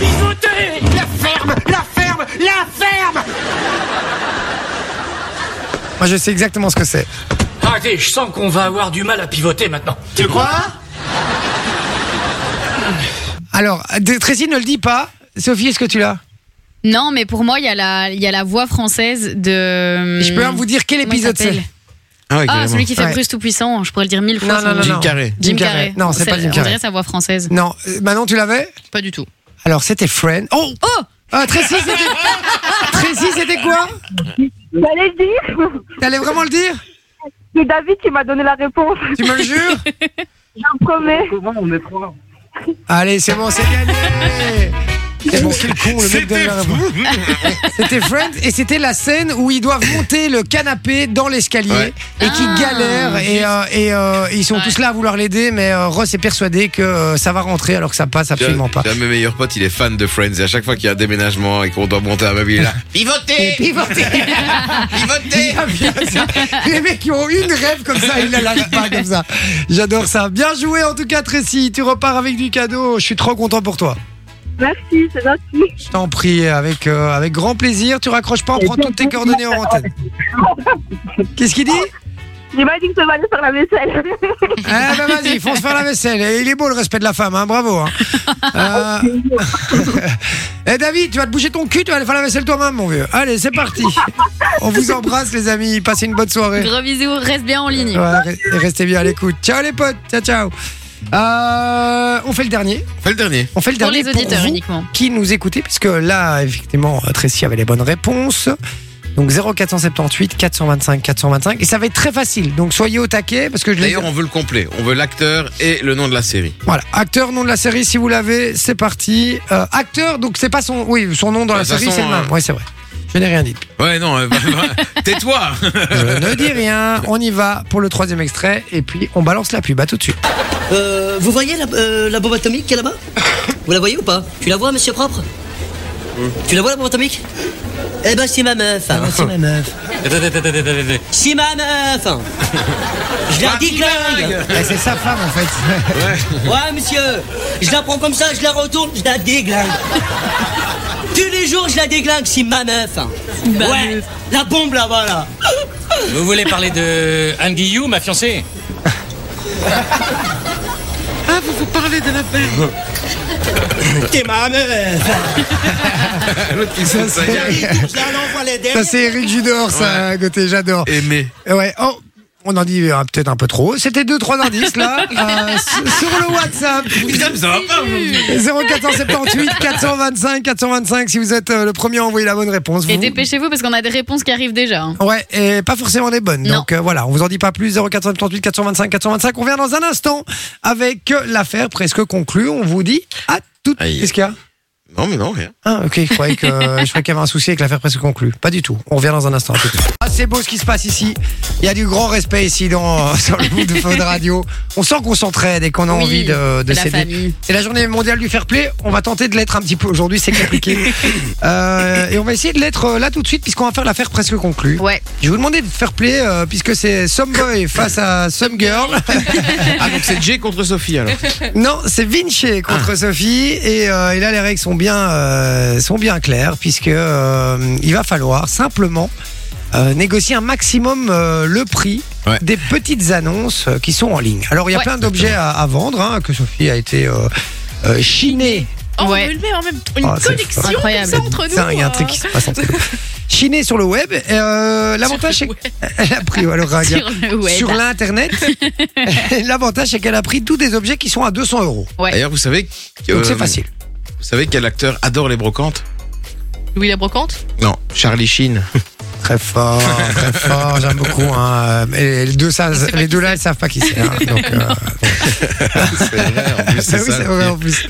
Pivotez La ferme La ferme La ferme Moi, je sais exactement ce que c'est. Arrêtez, je sens qu'on va avoir du mal à pivoter maintenant. Tu crois Alors, de- Tracy ne le dit pas. Sophie, est-ce que tu l'as Non, mais pour moi, il y, a la- il y a la voix française de. euh, Je peux même vous dire quel Hmm. Comment il épisode c'est. s'appelle ouais, Ah, carrément. celui qui fait Ouais. Bruce Tout-Puissant. Je pourrais le dire mille fois. son nom. Jim Carrey. Jim Carrey. Non, c'est pas Jim On Carrey. dirait sa voix française. Non, euh, Manon, tu l'avais Pas du tout. Alors, c'était Friend. Oh Oh Ah, Tracy, c'était. Tracy, c'était quoi Vous allez le dire T'allais vraiment le dire C'est David qui m'a donné la réponse, Tu me le jures je vous promets. Allez, c'est bon, c'est gagné C'est bon, quel con, le mec donne la réponse. C'était Friend et c'était la scène où ils doivent monter le canapé dans l'escalier Ouais. et qui Ah, galèrent et, euh, et, euh, ils sont Ouais. tous là à vouloir l'aider mais euh, Ross est persuadé que euh, ça va rentrer alors que ça passe absolument pas. J'ai un de mes meilleurs potes, il est fan de Friends. Et à chaque fois qu'il y a un déménagement et qu'on doit monter un meuble, il est là. Pivotez Pivotez Pivotez Ah, bien ça. Les mecs qui ont une rêve comme ça, ils ne l'arrêtent pas comme ça. J'adore ça. Bien joué en tout cas, Tracy. Tu repars avec du cadeau. Je suis trop content pour toi. Merci, c'est gentil. Je t'en prie, avec, euh, avec grand plaisir. Tu raccroches pas, on prend toutes tes coordonnées en antenne. Qu'est-ce qu'il dit J'imagine que va aller faire la vaisselle. Ah ben vas-y, fonce faire la vaisselle. Et il est beau le respect de la femme, hein, bravo. Hein. Euh, Eh David, tu vas te bouger ton cul, tu vas aller faire la vaisselle toi-même, mon vieux. Allez, c'est parti. On vous embrasse, les amis. Passez une bonne soirée. Gros bisous, reste bien en ligne. Ouais, re- et restez bien à l'écoute. Ciao les potes, ciao ciao. Euh, on fait le dernier. Fais le dernier. On fait le Pour dernier les auditeurs vous uniquement. qui nous écoutez, puisque là, effectivement, Tracy avait les bonnes réponses. Donc 0478 425 425 et ça va être très facile. Donc soyez au taquet parce que je l'ai D'ailleurs, on veut le complet. On veut l'acteur et le nom de la série. Voilà, acteur, nom de la série, si vous l'avez, c'est parti. Euh, acteur, donc c'est pas son, oui, son nom dans De la toute série, façon, c'est le même. euh, Oui, c'est vrai. Je n'ai rien dit. Ouais, non, euh, bah, bah, tais-toi. Je ne dis rien. On y va pour le troisième extrait et puis on balance la pub. À tout de suite. Euh, vous voyez la, euh, la bombe atomique qui est là-bas Vous la voyez ou pas Tu la vois, monsieur Propre Tu la vois, la bombe atomique Eh ben, c'est ma meuf. hein, c'est ma meuf. C'est ma meuf. hein. Je la déglingue. Eh, c'est sa femme en fait. Ouais, monsieur. Je la prends comme ça, je la retourne, je la déglingue. Tous les jours, je la déglingue, c'est ma meuf. hein. ouais, la bombe là-bas, là. Vous voulez parler de Anne Guillou, ma fiancée Ah, vous vous parlez de la belle. T'es ma meuf. Ah, L'autre qui saute, ça y est. Je la renvoie les Ça derniers. c'est Eric Judor, ça, à côté, j'adore. Aimé. Ouais, oh, on en dit euh, peut-être un peu trop. C'était deux, trois indices là, euh, sur- sur le WhatsApp. Putain, mais ça va pas, vous. 0478 425 425 si vous êtes euh, le premier à envoyer la bonne réponse. Et Vous- dépêchez-vous parce qu'on a des réponses qui arrivent déjà. hein. Ouais, et pas forcément les bonnes. Non. Donc euh, voilà, on vous en dit pas plus. 0478 425 425. On revient dans un instant avec euh, l'affaire presque conclue. On vous dit à tout. Aïe. Qu'est-ce qu'il y a Non, mais non, rien. ah, ok, je croyais que- je croyais qu'il y avait un souci avec l'affaire presque conclue. Pas du tout. On revient dans un instant. à tout de suite. Ah, c'est beau ce qui se passe ici. Il y a du grand respect ici dans, sur le bout de Fun Radio. On sent qu'on s'entraide et qu'on a Oui, envie de, de la s'aider. famille. C'est la journée mondiale du fair play. On va tenter de l'être un petit peu aujourd'hui, c'est compliqué. Euh, et on va essayer de l'être euh, là tout de suite, puisqu'on va faire l'affaire presque conclue. Ouais. Je vais vous demander de fair play, euh, puisque c'est Some Boy face à Some Girl. Ah, donc c'est Jay contre Sophie, alors. Ah. Non, c'est Vinci contre Sophie. Et, euh, et là, les règles sont bien, euh, sont bien claires, puisque euh, il va falloir simplement euh, négocier un maximum euh, le prix Ouais. des petites annonces euh, qui sont en ligne. Alors, il y a Ouais. plein d'objets à, à vendre, hein, que Sophie a été euh, euh, chinée. Oh, Ouais. on le met en même une Ah, c'est connexion comme incroyable. ça entre nous. Tiens, Il y a un euh, truc qui se passe entre nous. Chinée sur le web. euh, L'avantage, c'est Sur le qu'elle a pris ouais, le ringard. Sur le web. Sur l'internet. L'avantage, c'est qu'elle a pris tous des objets qui sont à 200 euros. Ouais. D'ailleurs, vous savez. que- Donc, c'est facile. Vous savez quel acteur adore les brocantes Louis la brocante. Non, Charlie Sheen. Très fort, très fort, j'aime beaucoup. Hein. Et les deux, ça, pas les qui deux là, ils savent pas qui c'est. hein. Donc, euh, c'est Ah vrai, en plus, bah oui, c'est vrai en plus.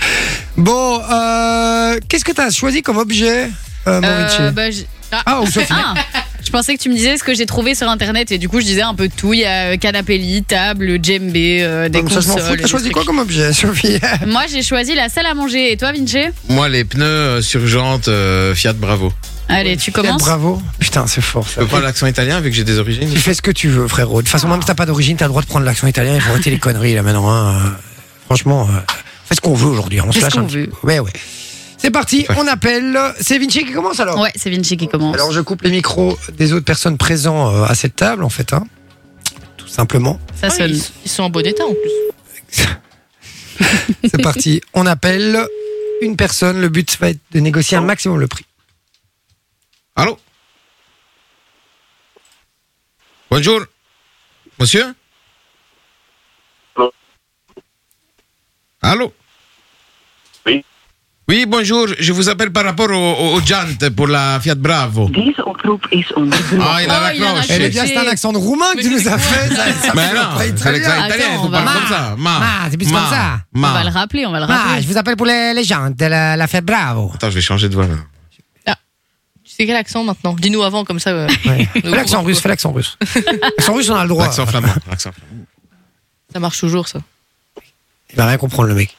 Bon, euh, qu'est-ce que tu as choisi comme objet, euh, Maurici Euh, bah, j'- ah. Ah, ou Sophie Ah Je pensais que tu me disais ce que j'ai trouvé sur internet et du coup je disais un peu de tout. Il y a euh, canapé lit, table, djembé, euh, des Comme ça, consoles. je m'en fous. des T'as choisi trucs. quoi bah comme objet, Sophie Moi j'ai choisi la salle à manger. Et toi Vinci Moi, les pneus euh, sur jante euh, Fiat Bravo. Allez, tu commences. Bravo. Putain, c'est fort ça. Je peux prendre l'accent italien vu que j'ai des origines. Tu fais ce que tu veux, frérot. De toute façon, même si t'as pas d'origine, t'as le droit de prendre l'action italienne et faut arrêter les conneries là maintenant. hein. Euh, Franchement, euh, fais ce qu'on veut aujourd'hui. hein. On se Fais ce lâche un qu'on petit veut. peu. Ouais, ouais. C'est parti, on appelle. C'est Vinci qui commence alors Ouais, c'est Vinci qui commence. Alors je coupe les micros des autres personnes présentes euh, à cette table en fait, hein. tout simplement. Ça Oh, sonne. ils, ils sont en bon état en plus. C'est parti, on appelle une personne, le but va être de négocier un maximum le prix. Allô Bonjour. Monsieur Allô Oui. Oui, bonjour. Je vous appelle par rapport au, au, au Giant pour la Fiat Bravo. Deze oproep is Ah, onduidelijk. il a Oh, il a raccroché. Eh raccroché. bien, c'est un accent de roumain que tu nous as fait. Ça, ça Mais fait non, pas c'est italien. l'accent italien, Attends, faut on va- parler comme ça. Ma, Ma, c'est plus ma, comme ça. ma. On va le rappeler, on va le Ah, rappeler. je vous appelle pour les, les gens de la, la fête Bravo. Attends, je vais changer de voix. là. Tu sais quel accent maintenant Dis-nous avant comme ça. euh, Ouais. Fais on est au l'accent courant. russe, fais l'accent russe. L'accent russe, on a le droit. L'accent flamand. l'accent flamand. Ça marche toujours ça. Il va rien comprendre le mec.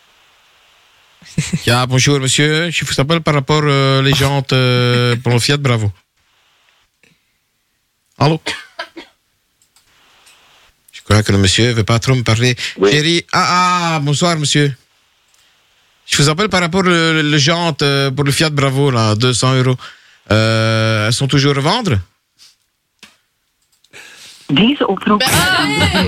Ah, bonjour monsieur, je vous appelle par rapport euh, les gens euh, pour le Fiat Bravo. Allô Je crois que le monsieur ne veut pas trop me parler. Oui. Chérie, ah ah, bonsoir monsieur. Je vous appelle par rapport le, le géante euh, pour le Fiat Bravo, là, 200 euros. Euh, elles sont toujours à vendre Dis au programme.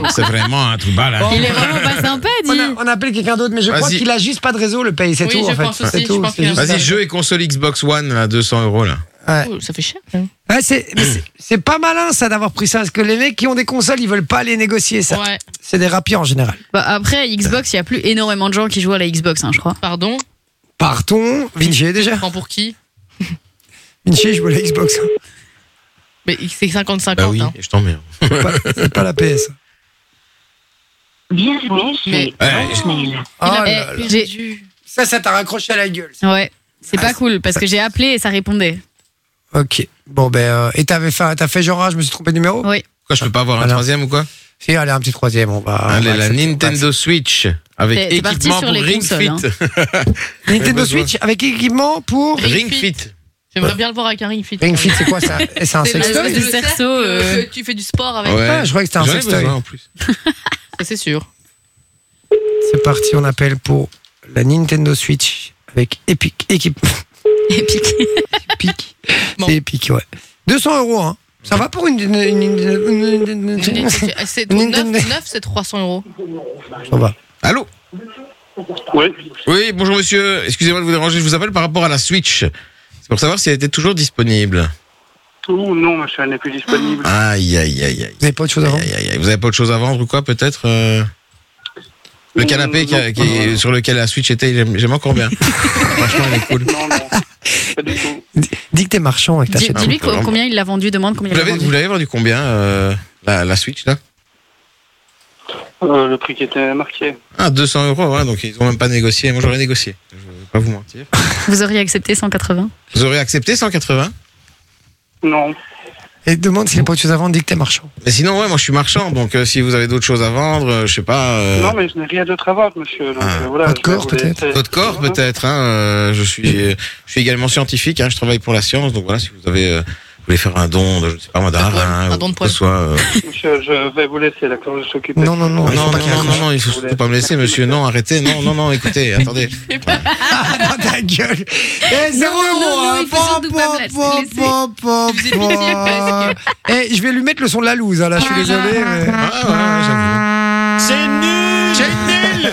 C'est vraiment un trou hein. là. Il est vraiment pas sympa, Bah, On, a- on appelle quelqu'un d'autre, mais je crois Vas-y. qu'il a juste pas de réseau, le pays, c'est tout en fait. C'est tout, c'est juste ça. Vas-y, jeu et console Xbox One, là, 200 euros, là. Ouais. Oh, Ça fait cher. Ouais, c'est, mais c'est- c'est pas malin ça d'avoir pris ça, parce que les mecs qui ont des consoles, ils veulent pas les négocier ça. Ouais. C'est des rapiers en général. Bah, après, Xbox, il y a plus énormément de gens qui jouent à la Xbox, hein, je crois. Pardon Partons, Vinci est déjà. Prends pour qui Vinci joue à la Xbox. hein. Mais c'est 50-50. Bah oui, hein. je t'emmerde. C'est pas, c'est pas la PS. Bienvenue chez Hotmail. Ah Eh, là là. j'ai- Ça, ça t'a raccroché à la gueule. Ouais, c'est Ah, pas cool parce que j'ai appelé et ça répondait. Ok. Bon, ben, euh, et t'avais fait, t'as fait genre, ah, je me suis trompé de numéro Oui. Pourquoi je peux pas avoir un Voilà. troisième ou quoi Si, allez, un petit troisième, on va. Allez, on va la accepter, on va Nintendo Switch avec C'est- c'est parti équipement sur pour les Ring consoles, hein. Fit. accepter. Eh ben, Nintendo Switch avec équipement pour. Ring Fit. J'aimerais bien le voir avec un ring fit. Ring Fit, c'est quoi ça Et C'est un Ah, C'est sextoy l'espèce de cerceau. euh, que Tu fais du sport avec. Ouais. Ah, je croyais que c'était un J'en ai sextoy. besoin, en plus. Ça, c'est sûr. C'est parti, on appelle pour la Nintendo Switch avec Epic. Équipe. Epic. Epic. C'est Epic, ouais. 200 euros, hein. Ça va pour une. une- une- une- une- une- C'est- C'est 9, 9 c'est 300 euros. Ça va. Allô Oui. Oui, bonjour monsieur. Excusez-moi de vous déranger. Je vous appelle par rapport à la Switch. C'est pour savoir si elle était toujours disponible. Oh non, ma chaîne n'est plus disponible. Aïe, aïe, aïe, aïe. Vous n'avez pas autre chose à vendre Aïe, aïe, aïe. Vous avez pas autre chose à vendre ou quoi, peut-être euh, Le canapé qui a- qui- sur lequel la Switch était, j'aime j'aime encore bien. Franchement, il est cool. Dis que t'es marchand et que Dis- t'achètes. Dis-lui co- combien il l'a vendu, demande combien Vous il l'a l'avez, vendu. vous l'avez vendu combien, euh, la, la Switch, là Euh, le prix qui était marqué. Ah, 200 euros, ouais, donc ils ont même pas négocié. Moi, j'aurais négocié. Je vais pas vous mentir. Vous auriez accepté 180 Vous auriez accepté 180 Non. Et demande s'il n'y a pas autre chose à vendre, dis que t'es marchand. Mais sinon, ouais, moi, je suis marchand, donc euh, si vous avez d'autres choses à vendre, euh, je sais pas. euh, Non, mais je n'ai rien d'autre à vendre, monsieur. Donc, euh, voilà, votre je vais corps, vous laisser. Votre corps peut-être. Hein, euh, je suis, euh, je suis également scientifique. Hein, je travaille pour la science. Donc voilà, si vous avez, euh, vous voulez faire un don, de, je sais pas moi, d'un rein, un ou don de quoi que ce soit. euh, Monsieur, je vais vous laisser, d'accord Je s'occupe. Non, non, non. Ah il faut non, pas non, qu'il non, raccroche. non, non, il faut surtout pas me laisser, monsieur. Non, arrêtez. Non, non, non. Écoutez, attendez. Ah, ta gueule. Eh, zéro non, euro, non, hein. il faut surtout pas me Pom, laisser. pom, pom, pom, faisais pom. pitié Eh, je vais lui mettre le son de la loose, hein, là, je Ah, suis désolé. mais- C'est nul. C'est nul.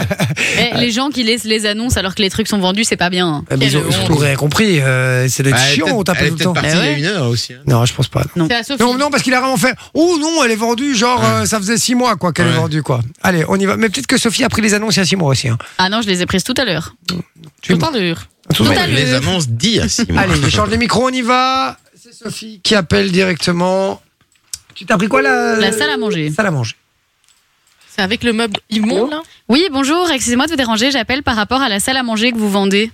Eh, Les gens qui laissent les annonces alors que les trucs sont vendus, c'est pas bien. hein. Eh, Ah. mais Ils ont surtout rien compris, euh, c'est d'être Bah, elle est chiant, peut-être- on elle est t'appelle tout le peut-être temps. partie Eh il y a ouais. une heure aussi. hein. Non, je pense pas. non. C'est à Sophie. Non, non, parce qu'il a vraiment fait. Oh non, elle est vendue, genre, euh, ça faisait six mois quoi qu'elle Ouais. est vendue, quoi. Allez, on y va. Mais peut-être que Sophie a pris les annonces il y a six mois aussi. Hein. Ah non, je les ai prises tout à l'heure. Tu Tout à l'heure. Tout à Mais l'heure. les annonces dit à Simon. Allez, je change les micros, on y va. C'est Sophie qui appelle directement. Tu t'as pris quoi la. La salle à manger. Salle à manger. C'est avec le meuble immonde, là Oui, bonjour, excusez-moi de vous déranger, j'appelle par rapport à la salle à manger que vous vendez.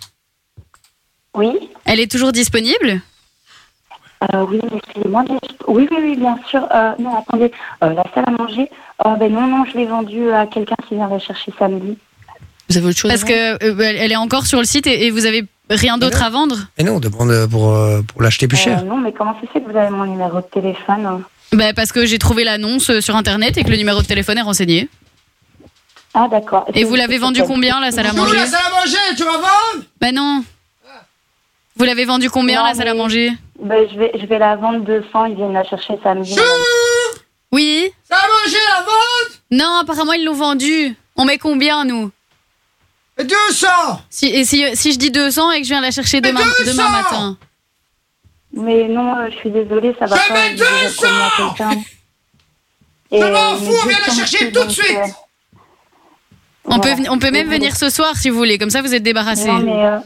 Oui, Elle est toujours disponible euh, oui, excusez-moi. mais- Oui, oui, oui, bien sûr. Euh, non, attendez, euh, la salle à manger. Euh, ben non, non, je l'ai vendue à quelqu'un qui vient la chercher samedi. Vous avez autre chose à Parce vendre que euh, elle est encore sur le site et, et vous avez rien d'autre à vendre Et non, on demande euh, pour, euh, pour l'acheter Oh. plus Euh, cher. non, mais comment ça se fait que vous avez mon numéro de téléphone hein bah, Parce que j'ai trouvé l'annonce euh, sur internet et que le numéro de téléphone est renseigné. Ah, d'accord. Et vous l'avez vendu combien la salle à manger salle à manger, tu vas vendre Bah non Vous l'avez vendu combien Non, la salle à mais- manger Ben, je, vais, je vais la vendre 200, ils viennent la chercher samedi. Oui Salle à manger, la vente Non, apparemment ils l'ont vendu. On met combien nous 200 si, Et si, si je dis 200 et que je viens la chercher demain, demain matin Mais non, euh, je suis désolée, ça va Je pas. mets j'ai déjà 200. promis à quelqu'un. Je Et, m'en euh, fous, j'ai juste viens la un chercher petit, tout de donc, suite. euh, on, peut, voilà. ven- on peut même Désolée. venir ce soir si vous voulez, comme ça vous êtes débarrassé. Non, mais, euh,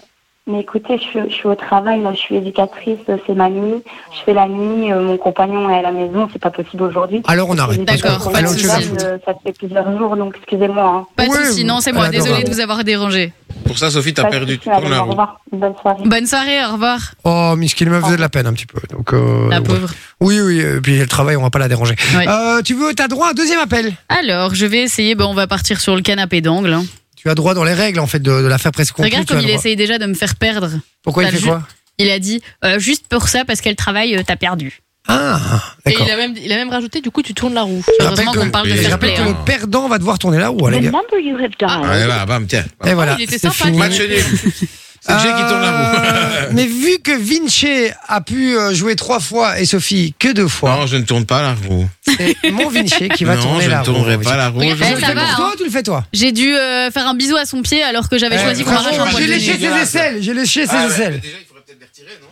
mais écoutez, je, suis- je suis au travail, là, je suis éducatrice, euh, c'est ma nuit. Je fais la nuit, euh, mon compagnon est à la maison, c'est pas possible aujourd'hui. Alors on arrête. D'accord, Ah parce que- pas de alors, tu vas soucis. foutre. Euh, Ça fait plusieurs jours, donc excusez-moi. hein. Pas de Ouais, soucis, non, c'est elle moi. adore, Désolée elle. de vous avoir dérangé. Pour ça, Sophie, t'as Pas de perdu tout soucis, ton allez, Au argent. revoir, bonne soirée. Bonne soirée, au revoir. Oh, Miskin me faisait de la peine un petit peu. Donc, euh, La ouais. pauvre. Oui, oui, et puis elle travaille, on va pas la déranger. Ouais. Euh, tu veux, t'as droit à un deuxième appel Alors, je vais essayer. Bon, on va partir sur le canapé d'angle. hein. Tu as droit dans les règles en fait de, de la faire presque conclue, Regarde tu as comme il droit. essaye déjà de me faire perdre. Pourquoi il T'as fait le ju- quoi Il a dit euh, juste pour ça, parce qu'elle travaille, euh, t'as perdu. Ah, Et d'accord. il a, même, il a même rajouté, du coup, tu tournes la roue. Je rappelle que, je rappelle que le perdant va devoir tourner là haut les gars. Allez, va, bam, bah, tiens. Et Ah voilà, il était c'est sympa, fini. Euh, lui. Match nul. C'est Jay qui tourne la roue. Mais vu que Vinci a pu euh, jouer trois fois et Sophie que deux fois, Non, je ne tourne pas la roue. c'est mon Vinci qui va non, tourner je la ne tournerai roue. pas la roue. Oui, je- eh, Tu le ça fais va, pour hein. toi ou tu le fais toi J'ai dû euh, faire un bisou à son pied alors que j'avais Eh, choisi qu'on franchement, arrache un J'ai poil de léché nez. ses aisselles, j'ai léché Ah ses aisselles. Déjà, il faudrait peut-être les retirer, non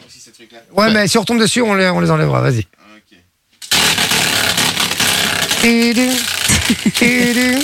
Non, si ces trucs-là. Ouais, mais si on retombe dessus, on les, on les enlèvera, vas-y. Tudu, tudu,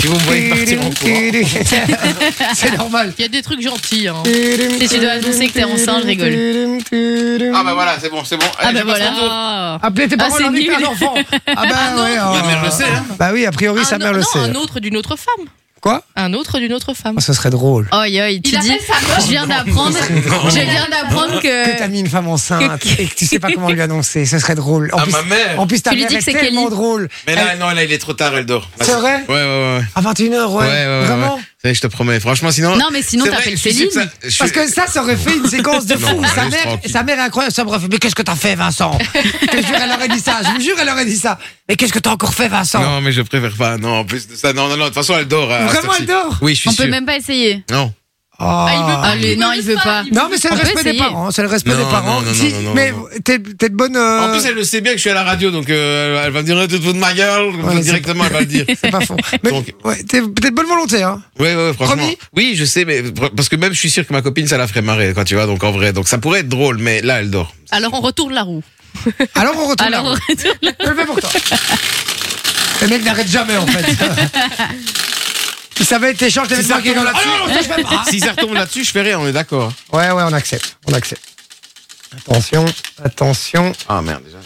Si vous me voyez tudu, partir en courant. tudu. C'est normal. Il y a des trucs gentils. Ah, ben, Hein. Si tu dois annoncer que t'es enceinte, je rigole. Ah bah voilà, c'est bon, c'est bon. Ah Allez, bah je passe voilà. le tour. Appelez tes Ah, parents, c'est leur dit que t'es nul. Ah un enfant. Ah bah Ah non. ouais. Ma euh, mère le sait, hein. Bah oui, a priori, Un sa mère au- le Ah, non, sait. un autre d'une autre femme. Quoi Un autre d'une autre femme. Oh, Ce serait drôle. Oi, oi, tu Il dis. appelle sa Je viens d'apprendre. Je viens d'apprendre Que t'as que. mis une femme enceinte et que tu sais pas comment lui annoncer, ce serait drôle. En Ah, plus, ma mère. en plus, ta Tu lui mère dis que est c'est tellement Kelly. drôle. Mais là, non, là, il est trop tard, elle dort. C'est vrai Ouais, ouais, ouais. À 21h, ouais. Ouais, ouais, ouais, Vraiment ouais. C'est vrai, je te promets. Franchement, sinon. Non, mais sinon, C'est vrai, t'appelles je suis sûr Céline. que ça- je suis- Parce que ça, ça aurait fait une séquence de Non, fou. sa, laisse mère, tranquille. sa mère est incroyable. Ça m'aurait fait, mais qu'est-ce que t'as fait, Vincent Je te jure, elle aurait dit ça. Je vous jure, elle aurait dit ça. Mais qu'est-ce que t'as encore fait, Vincent Non, mais je préfère pas. Non, en plus de ça, non, non, non. De toute façon, elle dort. à Vraiment, cette heure-ci. elle dort Oui, je suis On sûr. peut même pas essayer. Non. Oh. Ah, mais non, il veut pas. Non, mais c'est le On peut respect des essayer. parents. C'est le respect Non, des parents. non, non, Si, non, non, mais non. t'es t'es de bonne. euh, En plus, elle le sait bien que je suis à la radio, donc euh, elle va me dire Eh, tu te fous de ma gueule comme ça, Ouais, c'est- directement, elle va le dire. C'est pas faux. Mais Donc- ouais, t'es t'es de bonne volonté, hein. Ouais, ouais, franchement. Promis oui, je sais, mais pr- parce que même je suis sûr que ma copine, ça la ferait marrer quand tu vois. Donc en vrai, donc ça pourrait être drôle, mais là, elle dort. Alors on retourne la roue. Alors on retourne. Alors, là. Je le fais pour toi. Le mec n'arrête jamais, en fait. Il savait être échange, t'avais marqué dans la Ah, non, non, ça, je fais pas. si ça retombe là-dessus, je fais rien, on est d'accord. Ouais, ouais, on accepte. On accepte. Attention, attention. Ah merde, déjà.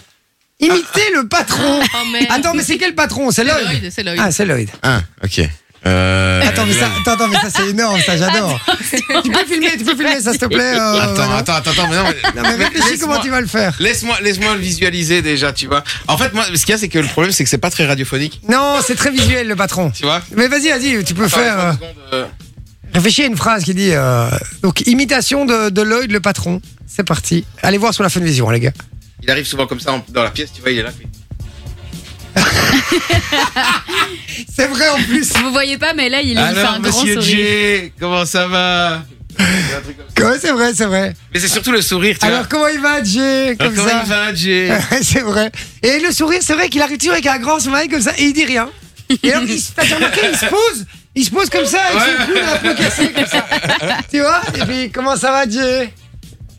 Imitez le patron. Oh merde. Attends, mais c'est quel patron C'est C'est Lloyd. Lloyd, c'est Lloyd. Ah, c'est Lloyd. Ah, ok. Euh, Attends, mais ça, attends, attends, mais ça c'est énorme, ça j'adore. Tu peux filmer, tu peux filmer, ça s'il te plaît. euh, Attends, Manon. attends, attends, attends, mais non, mais- Non, mais réfléchis laisse-moi- comment tu vas le faire. Laisse-moi, laisse-moi le visualiser déjà, tu vois. En fait, moi, ce qu'il y a, c'est que le problème, c'est que c'est pas très radiophonique, Non, c'est très visuel le patron. tu vois. Mais vas-y, vas-y, tu peux Attends, faire. laisse-moi euh, une seconde, euh, réfléchis à une phrase qui dit. euh, donc, imitation de, de Lloyd le patron. C'est parti. Allez voir sur la fin de vision, les gars. Il arrive souvent comme ça en- dans la pièce, tu vois, il est là. puis- C'est vrai en plus. vous voyez pas, mais là, il a fait Alors, un grand monsieur sourire. J, comment ça va Un truc comme ça. Ouais, c'est vrai, c'est vrai. Mais c'est surtout le sourire, tu Alors, vois. comment il va, Jay Comme Alors, ça. comment il va, Jay Ouais, c'est vrai. Et le sourire, c'est vrai qu'il arrive toujours avec un grand smile comme ça et il dit rien. Et alors, il, se- t'as remarqué, il se pose, il se pose comme ça avec son coude un peu cassé comme ça. Tu vois Et puis, comment ça va, Dieu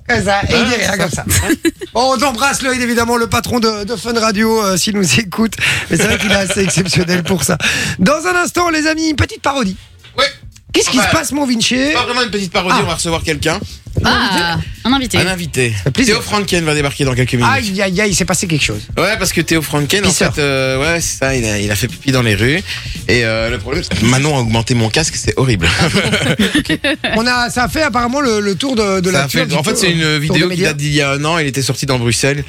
Comme ça, et il dit rien comme ça. Bon, on t'embrasse, Lloyd, évidemment, le patron de, de Fun Radio, euh, s'il nous écoute. Mais c'est vrai qu'il est assez exceptionnel pour ça. Dans un instant, les amis, une petite parodie. Ouais. Qu'est-ce qui Ouais. se passe, mon Vinci Pas vraiment une petite parodie, Ah. on va recevoir quelqu'un. Ah, un invité. Un invité. fait plaisir. Théo Franken va débarquer dans quelques minutes. Aïe, aïe, aïe, il s'est passé quelque chose. Ouais, parce que Théo Franken, en Pisseur. fait, euh, ouais, c'est ça, il a, il a fait pipi dans les rues. Et euh, le problème, c'est que Manon a augmenté mon casque, c'est horrible. On a, ça a fait apparemment le, le tour euh, de, de Ça la a fait- en fait, c'est une vidéo qui date d'il y a un an. Il était sorti dans Bruxelles.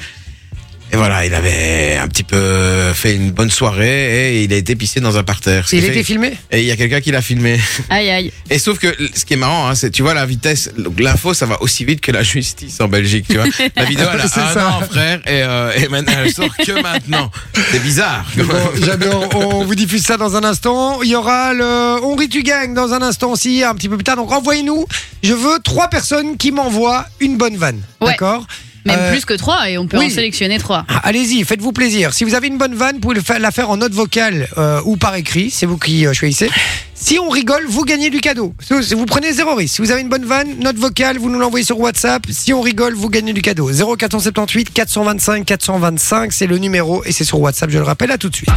Et voilà, il avait un petit peu fait une bonne soirée et il a été pissé dans un parterre. Ce qui Il fait- était filmé Et il y a quelqu'un qui l'a filmé. Aïe, aïe. Et sauf que ce qui est marrant, hein, c'est tu vois la vitesse, donc l'info, ça va aussi vite que la justice en Belgique, tu vois. La vidéo, elle a C'est un ça. an, frère, et, euh, et maintenant elle sort que maintenant. C'est bizarre. Bon, J'adore. On vous diffuse ça dans un instant. Il y aura le On rit, tu gagnes dans un instant aussi, un petit peu plus tard. Donc envoyez-nous. Je veux trois personnes qui m'envoient une bonne vanne. Ouais. D'accord Même Euh, plus que trois, et on peut oui. en sélectionner trois. Allez-y, faites-vous plaisir. Si vous avez une bonne vanne, vous pouvez le fa- la faire en note vocale euh, ou par écrit. C'est vous qui euh, choisissez. Si on rigole, vous gagnez du cadeau. Si- si Vous prenez zéro risque. Si vous avez une bonne vanne, note vocale, vous nous l'envoyez sur WhatsApp. Si on rigole, vous gagnez du cadeau. 0478 425 425, c'est le numéro et c'est sur WhatsApp. Je le rappelle à tout de suite.